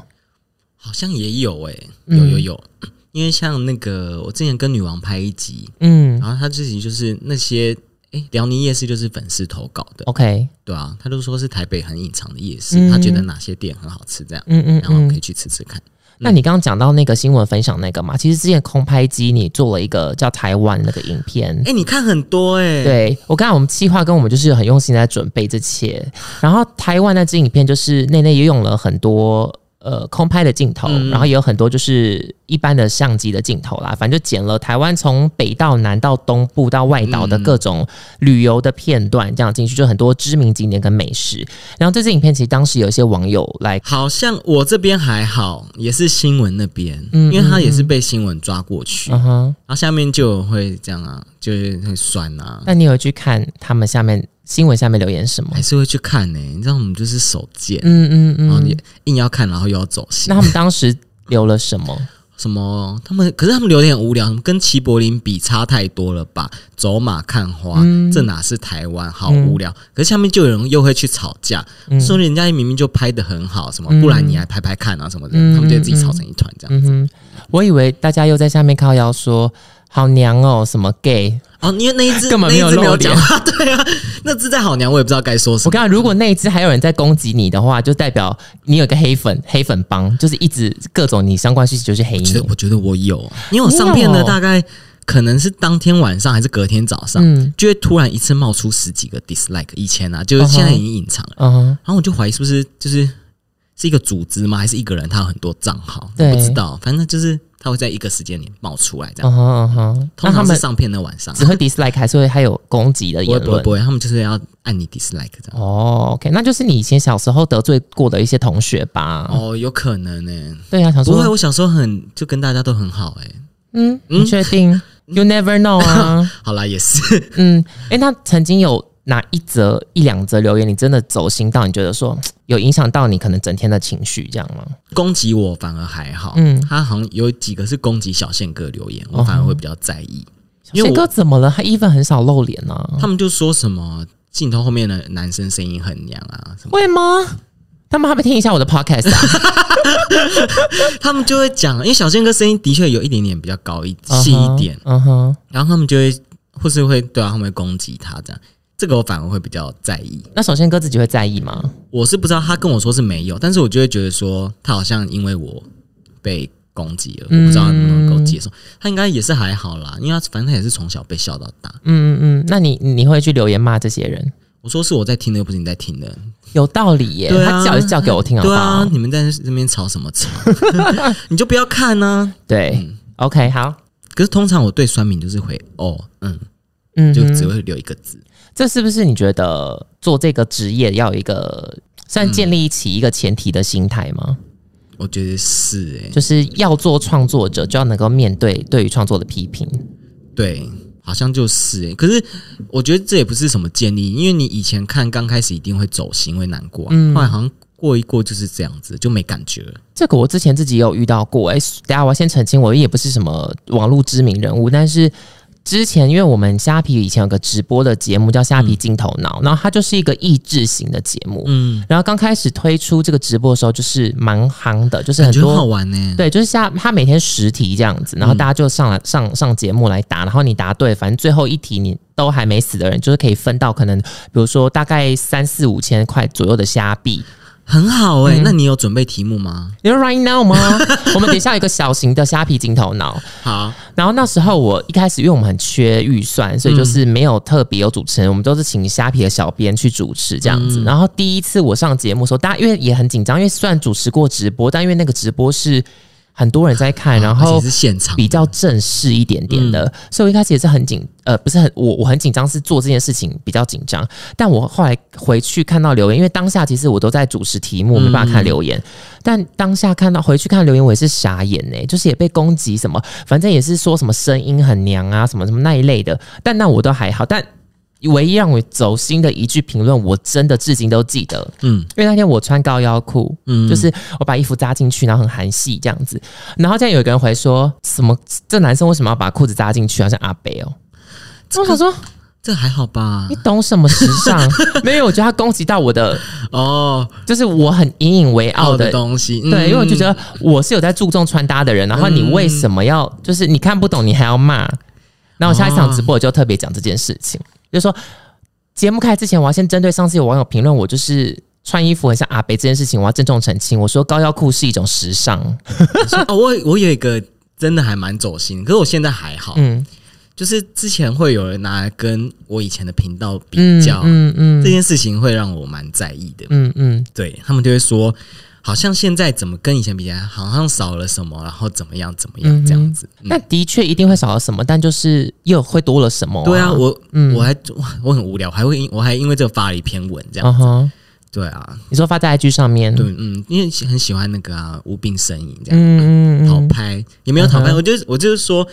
Speaker 2: 好像也有诶、
Speaker 1: 嗯
Speaker 2: 有有有，因为像那个我之前跟女王拍一集，
Speaker 1: 嗯
Speaker 2: 然后她自己就是那些。诶，辽宁夜市就是粉丝投稿的，
Speaker 1: ，OK，
Speaker 2: 对啊，他就说是台北很隐藏的夜市，
Speaker 1: 嗯
Speaker 2: 他觉得哪些店很好吃，这样，
Speaker 1: 嗯嗯
Speaker 2: 然后可以
Speaker 1: 嗯。
Speaker 2: 去吃吃看。
Speaker 1: 那你刚刚讲到那个新闻分享那个嘛，其实之前空拍机你做了一个叫台湾那个影片
Speaker 2: 哎、。你看很多哎、
Speaker 1: 对我刚才我们企划跟我们就是很用心地在准备这些，然后台湾那支影片就是内内也用了很多呃空拍的镜头，
Speaker 2: 嗯
Speaker 1: 然后也有很多就是一般的相机的镜头啦，反正就剪了台湾从北到南到东部到外岛的各种旅游的片段，这样进去就很多知名景点跟美食。然后这支影片其实当时有一些网友来，
Speaker 2: 好像我这边还好，也是新闻那边，
Speaker 1: 嗯
Speaker 2: 因为他也是被新闻抓过去，
Speaker 1: 嗯哼，
Speaker 2: 然后下面就有会这样啊，就是会酸啊，
Speaker 1: 那你有去看他们下面新闻下面留言什么
Speaker 2: 还？是会去看呢、你知道我们就是手贱，
Speaker 1: 嗯嗯
Speaker 2: 然后
Speaker 1: 嗯
Speaker 2: 你，硬要看，然后又要走心
Speaker 1: 那。他们当时留了什么？
Speaker 2: 什么？他们可是他们留言很无聊，什么跟齐柏林比差太多了吧？走马看花，
Speaker 1: 嗯
Speaker 2: 这哪是台湾？好无聊。可是下面就有人又会去吵架，
Speaker 1: 嗯
Speaker 2: 说人家明明就拍的很好，什么、不然你来拍拍看啊什么的，
Speaker 1: 嗯
Speaker 2: 他们就自己吵成一团这样。
Speaker 1: 嗯哼，我以为大家又在下面靠腰说好娘哦，什么 gay。
Speaker 2: 哦，因为那一只
Speaker 1: 根本没有
Speaker 2: 那一只没
Speaker 1: 露
Speaker 2: 有
Speaker 1: 脸
Speaker 2: 讲话， 对啊，那只在好娘，我也不知道该说什
Speaker 1: 我
Speaker 2: 么。
Speaker 1: 刚刚如果那一只还有人在攻击你的话，就代表你有一个黑粉，黑粉帮，就是一直各种你相关讯息就是黑
Speaker 2: 觉
Speaker 1: 你
Speaker 2: 得。我觉得我有，因为我上片
Speaker 1: 你
Speaker 2: 的
Speaker 1: 有
Speaker 2: 大概可能是当天晚上还是隔天早上，
Speaker 1: 嗯
Speaker 2: 就会突然一次冒出十几个 dislike。以前啊，就是现在已经隐藏了。
Speaker 1: 嗯哼，
Speaker 2: 然后我就怀疑是不是就是是一个组织吗？还是一个人他有很多账号？
Speaker 1: 对
Speaker 2: 我不知道，反正就是他会在一个时间里冒出来这
Speaker 1: 嗯
Speaker 2: 样。
Speaker 1: 哼，嗯哼。那
Speaker 2: 通
Speaker 1: 他
Speaker 2: 常是
Speaker 1: 们
Speaker 2: 上片的晚上，
Speaker 1: 只会 dislike，还是会还有攻击的
Speaker 2: 不会
Speaker 1: 言
Speaker 2: 不会
Speaker 1: 论
Speaker 2: 不？会，他们就是要按你 dislike 这样。
Speaker 1: 哦，OK，那就是你以前小时候得罪过的一些同学吧？
Speaker 2: 哦，有可能呢、
Speaker 1: 对啊，想
Speaker 2: 不会，
Speaker 1: 说，
Speaker 2: 我小时候很就跟大家都很好哎、
Speaker 1: 嗯，你确定？You never know 啊。
Speaker 2: 好啦，也是
Speaker 1: 嗯，哎、那曾经有哪一则、一两则留言，你真的走心到你觉得说嘖有影响到你可能整天的情绪这样吗？
Speaker 2: 攻击我反而还好，
Speaker 1: 嗯哦
Speaker 2: 他好像有几个是攻击小宪哥留言，我反而会比较在意，因
Speaker 1: 宪
Speaker 2: 为我
Speaker 1: 哥怎么了？他 even 很少露脸呢、啊？
Speaker 2: 他们就说什么镜头后面的男生声音很娘啊什么，
Speaker 1: 会吗？他们还没听一下我的 podcast 啊？
Speaker 2: 他们就会讲，因为小宪哥声音的确有一点点比较高一细一点，
Speaker 1: 嗯哼，
Speaker 2: 然后他们就会或是会对啊，他们会攻击他这样。这个我反而会比较在意，
Speaker 1: 那首先哥自己会在意吗？
Speaker 2: 我是不知道他跟我说是没有，但是我就会觉得说他好像因为我被攻击了，我不知道他能不能够接受。他应该也是还好啦，因为他反正他也是从小被笑到大。
Speaker 1: 嗯嗯嗯，那你你会去留言骂这些人？
Speaker 2: 我说是我在听的，又不是你在听的。
Speaker 1: 有道理耶，
Speaker 2: 对
Speaker 1: 他
Speaker 2: 啊
Speaker 1: 叫一叫给我听好不
Speaker 2: 对
Speaker 1: 好？
Speaker 2: 啊，你们在这边吵什么吵？ 你就不要看呢、
Speaker 1: 对
Speaker 2: 嗯
Speaker 1: o k 好，
Speaker 2: 可是通常我对酸民就是回哦，嗯，
Speaker 1: 嗯
Speaker 2: 就
Speaker 1: 哼
Speaker 2: 只会留一个字。
Speaker 1: 这是不是你觉得做这个职业要有一个
Speaker 2: 嗯
Speaker 1: 算建立起一个前提的心态吗？
Speaker 2: 我觉得是哎、
Speaker 1: 就是要做创作者，就要能够面对对于创作的批评。
Speaker 2: 对，好像就是、欸。可是我觉得这也不是什么建议，因为你以前看刚开始一定会走心，会难过、啊，
Speaker 1: 嗯
Speaker 2: 后来好像过一过就是这样子，就没感觉了。这
Speaker 1: 这个我之前自己也有遇到过，哎、等一下我要先澄清，我也不是什么网络知名人物，但是之前因为我们虾皮以前有个直播的节目叫虾皮镜头
Speaker 2: 嗯
Speaker 1: 脑，然后它就是一个益智型的节目，嗯，然后刚开始推出这个直播的时候就是蛮夯的，就是
Speaker 2: 感
Speaker 1: 很
Speaker 2: 觉很
Speaker 1: 多
Speaker 2: 好玩呢、欸
Speaker 1: 对，就是下他每天十题这样子，然后
Speaker 2: 嗯
Speaker 1: 大家就上来、上上节目来答，然后你答对，反正最后一题你都还没死的人，就是可以分到可能比如说大概三四五千块左右的虾币。
Speaker 2: 很好
Speaker 1: 嗯
Speaker 2: 哎、那你有准备题目吗？
Speaker 1: 你说 right now 吗？我们等一下有一个小型的虾皮镜头脑，
Speaker 2: 好，
Speaker 1: 然后那时候我一开始因为我们很缺预算，所以就是
Speaker 2: 嗯
Speaker 1: 没有特别有主持人，我们都是请虾皮的小编去主持这
Speaker 2: 嗯
Speaker 1: 样子。然后第一次我上节目的时候，大家因为也很紧张，因为虽然主持过直播，但因为那个直播是很多人在看，然
Speaker 2: 啊而
Speaker 1: 后
Speaker 2: 且是现场
Speaker 1: 比较正式一点点
Speaker 2: 嗯
Speaker 1: 的，所以我一开始也是很紧，呃，不是很我我很紧张，是做这件事情比较紧张。但我后来回去看到留言，因为当下其实我都在主持题目，没办
Speaker 2: 嗯
Speaker 1: 法看留言。但当下看到回去看留言，我也是傻眼呢、就是也被攻击什么，反正也是说什么声音很娘啊，什么什么那一类的。但那我都还好，但。唯一让我走心的一句评论，我真的至今都记得。
Speaker 2: 嗯
Speaker 1: 因为那天我穿高腰裤，
Speaker 2: 嗯，
Speaker 1: 就是我把衣服扎进去，然后很韩系这样子。然后这样有一个人回说：“什么？这男生为什么要把裤子扎进去？好像阿北哦。”我想说，
Speaker 2: 这还好吧
Speaker 1: 你？懂什么时尚？ 没有，我觉得他攻击到我的，
Speaker 2: 哦，
Speaker 1: 就是我很引以为傲
Speaker 2: 好
Speaker 1: 的
Speaker 2: 的东西，嗯
Speaker 1: 对，因为我就觉得我是有在注重穿搭的人，然后你为什么要就是你看不懂你还要骂？然后我下一场直播我就特别讲这件事情，就是说节目开始之前，我要先针对上次有网友评论我就是穿衣服很像阿北这件事情，我要郑重澄清，我说高腰裤是一种时尚，
Speaker 2: 哦，我我有一个真的还蛮走心，可是我现在还好，
Speaker 1: 嗯
Speaker 2: 就是之前会有人拿来跟我以前的频道比
Speaker 1: 嗯
Speaker 2: 较，
Speaker 1: 嗯
Speaker 2: 这
Speaker 1: 嗯
Speaker 2: 件事情会让我蛮在意的。
Speaker 1: 嗯嗯，
Speaker 2: 对他们就会说，好像现在怎么跟以前比起来，好像少了什么，然后怎么样怎么样这样子。嗯
Speaker 1: 那的确一定会少了什么，但就是又会多了什么、
Speaker 2: 对啊，，我、
Speaker 1: 嗯
Speaker 2: 我还哇我很无聊，还会因我还因为这个发了一篇文这样。
Speaker 1: 嗯哼，
Speaker 2: 对啊，
Speaker 1: 你说发在 IG 上面，
Speaker 2: 对，嗯，因为很喜欢那个啊无病呻吟这样。
Speaker 1: 嗯，嗯嗯
Speaker 2: 讨
Speaker 1: 嗯，
Speaker 2: 拍，也没有讨
Speaker 1: 嗯
Speaker 2: 拍，
Speaker 1: 哼
Speaker 2: 我就是我就是说，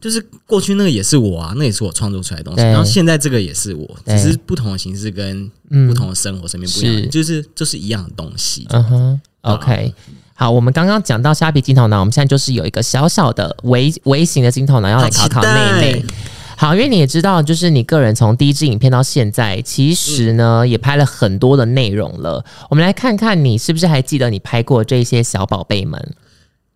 Speaker 2: 就是过去那个也是我啊，那也是我创作出来的东西，
Speaker 1: 对
Speaker 2: 然后现在这个也是我，
Speaker 1: 对
Speaker 2: 只是不同的形式跟
Speaker 1: 嗯
Speaker 2: 不同的生活身边不一
Speaker 1: 是
Speaker 2: 样，就是就是一样的东西。
Speaker 1: 嗯哼
Speaker 2: 啊
Speaker 1: ，OK。好，我们刚刚讲到虾皮金头脑，我们现在就是有一个小小的微微型的金头脑要来考考
Speaker 2: 好期待
Speaker 1: 妹妹。好，因为你也知道，就是你个人从第一支影片到现在，其实呢、也拍了很多的内容了。我们来看看你是不是还记得你拍过这些小宝贝们？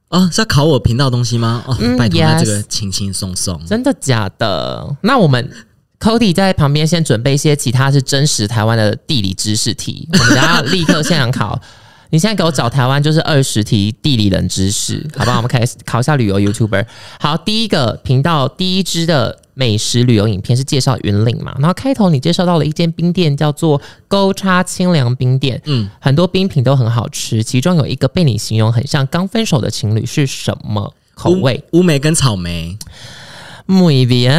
Speaker 2: 哦，是要考我频道的东西吗？哦，
Speaker 1: 嗯
Speaker 2: 拜托，
Speaker 1: yes
Speaker 2: 那这个轻轻松松。
Speaker 1: 真的假的？那我们 Cody 在旁边先准备一些其他是真实台湾的地理知识题，我们等一下立刻现场考。 你现在给我找台湾就是二十题地理冷知识，好不好？我们开始考一下旅游 YouTuber。好，第一个频道第一支的美食旅游影片是介绍云岭嘛，然后开头你介绍到了一间冰店叫做勾叉清凉冰店，嗯
Speaker 2: 嗯，
Speaker 1: 很多冰品都很好吃，其中有一个被你形容很像刚分手的情侣是什么口味？
Speaker 2: 乌乌梅跟草莓
Speaker 1: muy bien，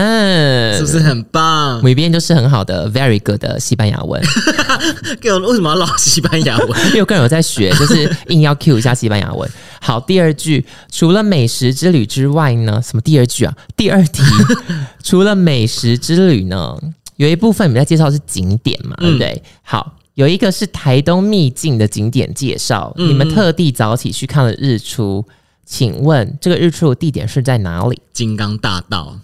Speaker 2: 是不是很棒？
Speaker 1: 美编就是很好的 very good 的西班牙文，
Speaker 2: 给我为什么要老西班牙文？
Speaker 1: 因为我个人有在学，就是硬要 cue 一下西班牙文。好，第二句，除了美食之旅之外呢，什么第二句啊？第二题， 除了美食之旅呢，有一部分你们在介绍是景点嘛，
Speaker 2: 嗯
Speaker 1: 对不对？好。有一个是台东秘境的景点介绍，
Speaker 2: 嗯
Speaker 1: 你们特地早起去看了日出，请问这个日出的地点是在哪里？
Speaker 2: 金刚大道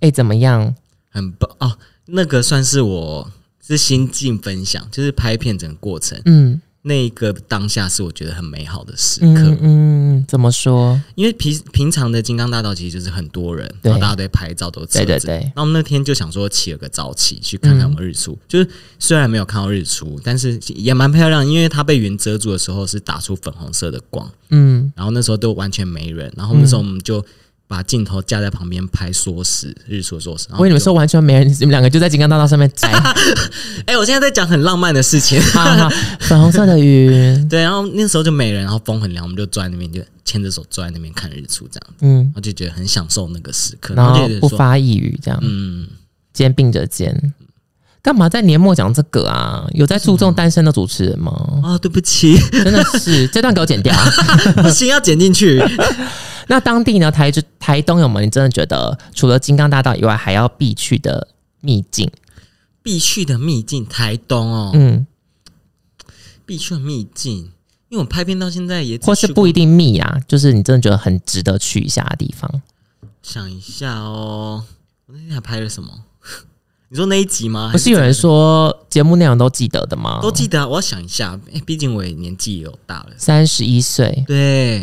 Speaker 1: 哎、怎么样？
Speaker 2: 很棒哦，那个算是我是心境分享，就是拍片整个过程，
Speaker 1: 嗯
Speaker 2: 那一个当下是我觉得很美好的时刻。
Speaker 1: 嗯嗯，怎么说？
Speaker 2: 因为平平常的金刚大道其实就是很多人，
Speaker 1: 对
Speaker 2: 然后大家都在拍照，都是车
Speaker 1: 对
Speaker 2: 子
Speaker 1: 对。对，
Speaker 2: 那我们那天就想说起了个早起去看看我们日出，
Speaker 1: 嗯
Speaker 2: 就是虽然没有看到日出，但是也蛮漂亮，因为它被云遮住的时候是打出粉红色的光，
Speaker 1: 嗯。
Speaker 2: 然后那时候都完全没人，然后那时候我们就把镜头架在旁边拍缩时日出的缩时。然
Speaker 1: 我
Speaker 2: 后
Speaker 1: 跟你们
Speaker 2: 就，
Speaker 1: 说完全没人，你们两个就在金刚大道上面摘，哈
Speaker 2: 哎、我现在在讲很浪漫的事情，
Speaker 1: 哈哈粉红色的云，
Speaker 2: 对，然后那时候就没人，然后风很凉，我们就坐在那边就牵着手坐在那边看日出这样，
Speaker 1: 嗯，
Speaker 2: 然后就觉得很享受那个时刻，
Speaker 1: 然
Speaker 2: 然后
Speaker 1: 后
Speaker 2: 就觉得
Speaker 1: 不
Speaker 2: 说，
Speaker 1: 发一语，这样
Speaker 2: 嗯。
Speaker 1: 肩并着肩，干嘛在年末讲这个啊？有在注重单身的主持人 吗？
Speaker 2: 啊、对不起，
Speaker 1: 真的是这段给我剪 掉。啊
Speaker 2: 不行，要剪进去。
Speaker 1: 那当地呢，台台东有没有你真的觉得除了金刚大道以外还要必去的秘境？
Speaker 2: 必去的秘境，台东哦，
Speaker 1: 嗯，
Speaker 2: 必去的秘境，因为我拍片到现在也只
Speaker 1: 或是
Speaker 2: 去过
Speaker 1: 不一定密啊，就是你真的觉得很值得去一下的地方。
Speaker 2: 想一下哦，我那天还拍了什么？ 你说那一集吗？
Speaker 1: 不是有人说节目内容都记得的吗
Speaker 2: 还？是都记得啊、我要想一下，哎、毕竟我也年纪也有大了。
Speaker 1: 三十一岁，
Speaker 2: 对，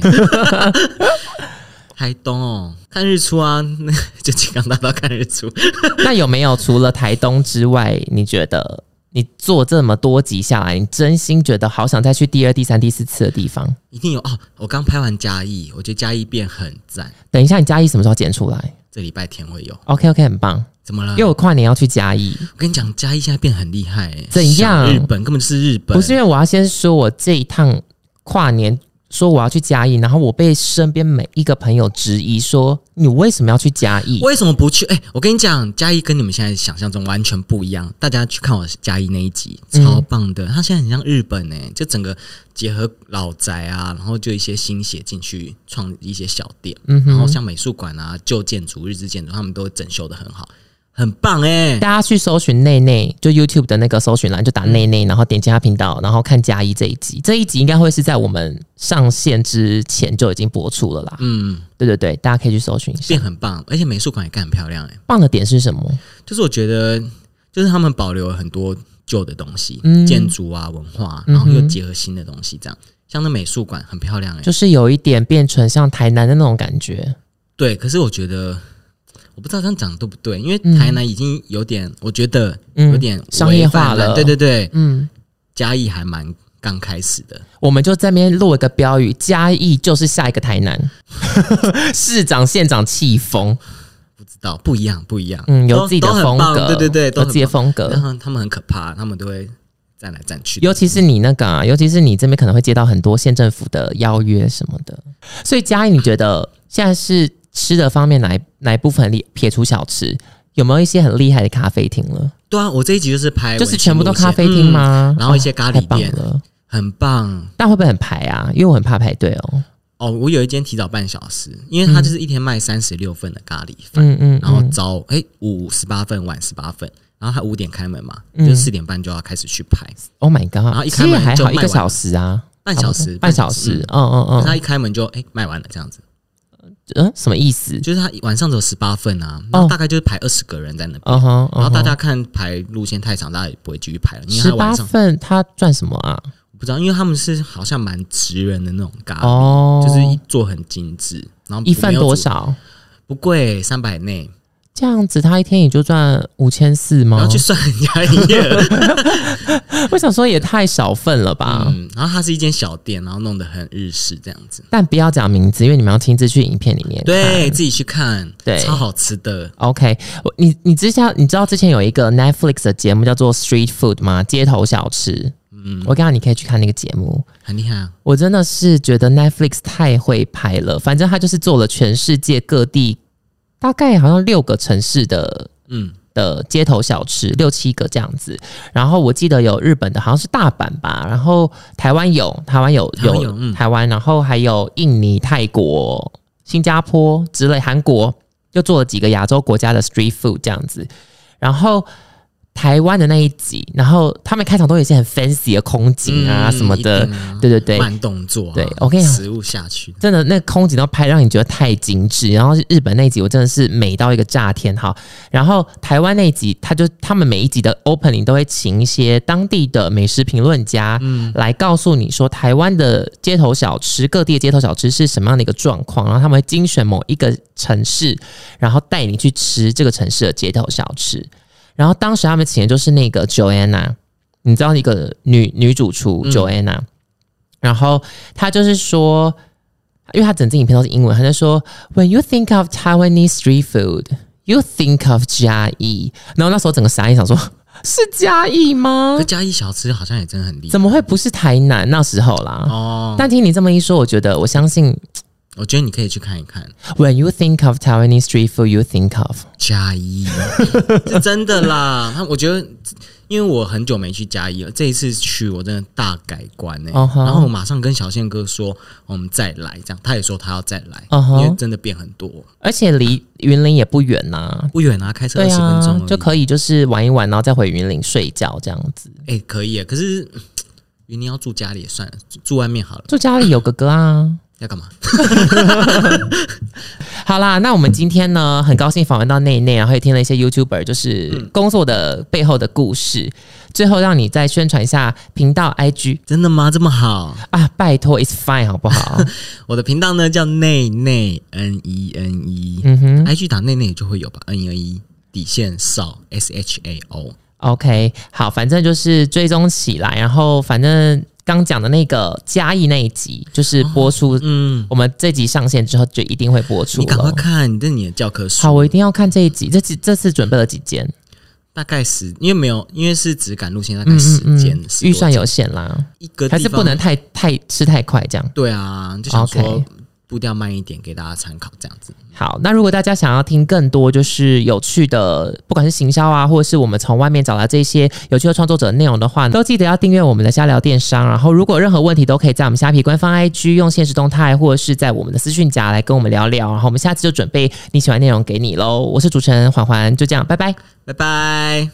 Speaker 2: 台东哦，看日出啊， 那就金刚大道看日出。
Speaker 1: 那有没有除了台东之外，你觉得你做这么多集下来，你真心觉得好想再去第二、第三、第四次的地方？
Speaker 2: 一定有哦！我刚拍完嘉义，我觉得嘉义变很赞，
Speaker 1: 等一下，你嘉义什么时候剪出来
Speaker 2: 这礼拜天会有。
Speaker 1: ？OK OK，很棒，
Speaker 2: 怎么了
Speaker 1: 因为？我跨年要去嘉义，
Speaker 2: 我跟你讲，嘉义现在变很厉害、欸，
Speaker 1: 怎样
Speaker 2: 小日本根本就是日本，
Speaker 1: 不是因为我要先说我这一趟跨年。说我要去嘉义，然后我被身边每一个朋友质疑说你为什么要去嘉义？
Speaker 2: 为什么不去？哎、我跟你讲，嘉义跟你们现在想象中完全不一样。大家去看我嘉义那一集，
Speaker 1: 嗯
Speaker 2: 超棒的。它现在很像日本呢、哎就整个结合老宅啊，然后就一些新血进去创一些小店，
Speaker 1: 嗯
Speaker 2: 然后
Speaker 1: 哼，
Speaker 2: 像美术馆啊、旧建筑、日式建筑，他们都整修的很好，很棒哎、
Speaker 1: 大家去搜寻内内，就 YouTube 的那个搜寻栏，就打
Speaker 2: 嗯
Speaker 1: 内内，然后点击他频道，然后看嘉义这一集。这一集应该会是在我们上线之前就已经播出了啦。
Speaker 2: 嗯，
Speaker 1: 对对对，大家可以去搜寻一下
Speaker 2: 变。很棒，而且美术馆也干很漂亮哎、
Speaker 1: 棒的点是什么？
Speaker 2: 就是我觉得，就是他们保留了很多旧的东西，
Speaker 1: 嗯
Speaker 2: 建筑啊、文化啊，然后又结合新的东西，这样。像那美术馆很漂亮哎、
Speaker 1: 就是有一点变成像台南的那种感觉。
Speaker 2: 对，可是我觉得，我不知道这样讲对不对，因为
Speaker 1: 嗯
Speaker 2: 台南已经有点，我觉得
Speaker 1: 嗯
Speaker 2: 有点
Speaker 1: 商业化
Speaker 2: 违反
Speaker 1: 了
Speaker 2: 对对对，
Speaker 1: 嗯，
Speaker 2: 嘉义还蛮刚开始的，
Speaker 1: 我们就这边录一个标语：嘉义就是下一个台 南。市长、县长气疯，
Speaker 2: 不知道不一样不一样，
Speaker 1: 嗯，有
Speaker 2: 都
Speaker 1: 自己的
Speaker 2: 都很
Speaker 1: 风
Speaker 2: 棒
Speaker 1: 格，
Speaker 2: 对对对，都
Speaker 1: 有自己的
Speaker 2: 很棒
Speaker 1: 风格。
Speaker 2: 然后他们很可怕，他们都会站来站去的。
Speaker 1: 尤其是你那个、啊，尤其是你这边可能会接到很多县政府的邀约什么的。所以嘉义，你觉得现在是吃的方面哪一哪一部分很厉？撇除小吃，有没有一些很厉害的咖啡厅了？
Speaker 2: 对啊，我这一集就是拍文
Speaker 1: 就是
Speaker 2: 青
Speaker 1: 全部都
Speaker 2: 路线嗯
Speaker 1: 咖啡厅、吗？哦
Speaker 2: 然后一些咖
Speaker 1: 太
Speaker 2: 喱
Speaker 1: 棒
Speaker 2: 店，
Speaker 1: 了，
Speaker 2: 很棒
Speaker 1: 但会不会很排啊？因为我很怕排队哦。
Speaker 2: 哦。我有一间提早半小时，因为它就是一天卖三十六份的咖喱饭，
Speaker 1: 嗯嗯，
Speaker 2: 然后
Speaker 1: 嗯
Speaker 2: 早哎五十八份，晚十八份，然后它五点开门嘛，
Speaker 1: 嗯
Speaker 2: 就四点半就要开始去拍，
Speaker 1: ，Oh my God！
Speaker 2: 后一
Speaker 1: 其
Speaker 2: 开
Speaker 1: 实
Speaker 2: 门
Speaker 1: 也还
Speaker 2: 就
Speaker 1: 好，
Speaker 2: 卖
Speaker 1: 一
Speaker 2: 完
Speaker 1: 个小时啊，
Speaker 2: 半小时，
Speaker 1: 半小时，嗯嗯
Speaker 2: 嗯它
Speaker 1: 嗯，
Speaker 2: 一开门就哎、卖完了这样子，
Speaker 1: 嗯，什么意思？
Speaker 2: 就是它晚上只有十八份啊，
Speaker 1: 哦
Speaker 2: 然后大概就是排二十个人在那边，
Speaker 1: 嗯哼，
Speaker 2: 然后大家看排路线太长，大家也不会继续排了，因为
Speaker 1: 十
Speaker 2: 它晚
Speaker 1: 八
Speaker 2: 上
Speaker 1: 份他赚什么啊？
Speaker 2: 不知道，因为他们是好像蛮直人的那种咖喱，
Speaker 1: 哦，
Speaker 2: 就是一做很精致，然后
Speaker 1: 一份
Speaker 2: 没有
Speaker 1: 多
Speaker 2: 煮
Speaker 1: 少？
Speaker 2: 不贵，三百内，
Speaker 1: 这样子，他一天也就赚五千四
Speaker 2: 然
Speaker 1: 吗
Speaker 2: 后？去算人家营业 额。
Speaker 1: 我想说也太少份了吧。
Speaker 2: 嗯，然后它是一间小店，然后弄得很日式这样子。
Speaker 1: 但不要讲名字，因为你们要亲自去影片里面看。
Speaker 2: 对自己去看，
Speaker 1: 对
Speaker 2: 超好吃的。
Speaker 1: OK，我你你之前你知道之前有一个 Netflix 的节目叫做 Street Food 吗？街头小吃。嗯，我跟你讲，你可以去看那个节目。
Speaker 2: 很厉害啊！
Speaker 1: 我真的是觉得 Netflix 太会拍了，反正他就是做了全世界各地大概好像六个城市的
Speaker 2: 嗯，
Speaker 1: 的街头小吃，六七个这样子。然后我记得有日本的，好像是大阪吧，然后台湾有，台湾有
Speaker 2: 台湾有嗯
Speaker 1: 台湾，然后还有印尼、泰国、新加坡之类，韩国又做了几个亚洲国家的 street food 这样子。然后台湾的那一集，然后他们开场都有一些很 fancy 的空景啊
Speaker 2: 嗯
Speaker 1: 什么的，
Speaker 2: 一定啊
Speaker 1: 对对对。
Speaker 2: 慢动作啊，
Speaker 1: 对我跟你讲
Speaker 2: 食物下去，
Speaker 1: 真的，那空景都拍让你觉得太精致。然后日本那一集我真的是美到一个炸天哈。然后台湾那一集，他就他们每一集的 opening 都会请一些当地的美食评论家，来告诉你说台湾的街头小吃，各地的街头小吃是什么样的一个状况。然后他们会精选某一个城市，然后带你去吃这个城市的街头小吃。然后当时他们请的就是那个 Joanna，你知道一个女女主厨 Joanna，、然后她就是说，因为她整支影片都是英文，她就说，When you think of Taiwanese street food, you think of 嘉义。然后那时候整个傻眼，想说 是嘉义吗
Speaker 2: 可？嘉义小吃好像也真的很厉害
Speaker 1: 怎么会不是台南那时候啦？
Speaker 2: 哦。
Speaker 1: 但听你这么一说，我觉得我相信
Speaker 2: 我觉得你可以去看一看
Speaker 1: When you think of Taiwanese street food, you think of
Speaker 2: 嘉义，是真的啦。他我觉得，因为我很久没去嘉义了，这一次去我真的大改观呢、
Speaker 1: 哦哈
Speaker 2: 然后我马上跟小宪哥说，我们再来，这样他也说他要再来
Speaker 1: 哦哈
Speaker 2: 因为真的变很多，
Speaker 1: 而且离云林也不远呐、
Speaker 2: 不远啊，开车二
Speaker 1: 对
Speaker 2: 十分钟、
Speaker 1: 啊，就可以就是玩一玩，然后再回云林睡觉这样子。
Speaker 2: 哎、可以耶。可是嗯云林要住家里也算了，住住外面好了，
Speaker 1: 住家里有哥哥啊。
Speaker 2: 要干嘛？
Speaker 1: 好啦，那我们今天呢，很高兴访问到内内，然后也听了一些 YouTuber
Speaker 2: 嗯
Speaker 1: 就是工作的背后的故事。最后让你再宣传一下频道 IG
Speaker 2: 真的吗？这么好？
Speaker 1: 啊，拜托，It's fine 好不 好？
Speaker 2: 我的频道呢叫内内 N E N E，
Speaker 1: 嗯哼。
Speaker 2: IG 打内内就会有吧，N E N E 底线少 S H A O。
Speaker 1: OK，好，反正就是追踪起来，然后反正刚讲的那个嘉义那一集，就是播出，
Speaker 2: 嗯，
Speaker 1: 我们这集上线之后就一定会播出
Speaker 2: 你赶快
Speaker 1: 了。
Speaker 2: 看，这是你的教科书。
Speaker 1: 好，我一定要看这一集，这集这次准备了几件，
Speaker 2: 大概十，因为没有，因为是只赶路线，大概
Speaker 1: 嗯
Speaker 2: 十间、十多
Speaker 1: 预算
Speaker 2: 间
Speaker 1: 有限啦，
Speaker 2: 一个地
Speaker 1: 还
Speaker 2: 方
Speaker 1: 是不能。太太吃太快这样。
Speaker 2: 对啊，就想说
Speaker 1: OK
Speaker 2: 步调慢一点，给大家参考这样子。
Speaker 1: 好，那如果大家想要听更多就是有趣的，不管是行销啊，或者是我们从外面找来这些有趣的创作者的内容的话，都记得要订阅我们的瞎聊电商。然后，如果有任何问题都可以在我们虾皮官方 IG 用现实动态，或者是在我们的私讯夹来跟我们聊聊。然后，我们下次就准备你喜欢的内容给你喽。我是主持人环环，就这样，拜拜。
Speaker 2: 拜拜。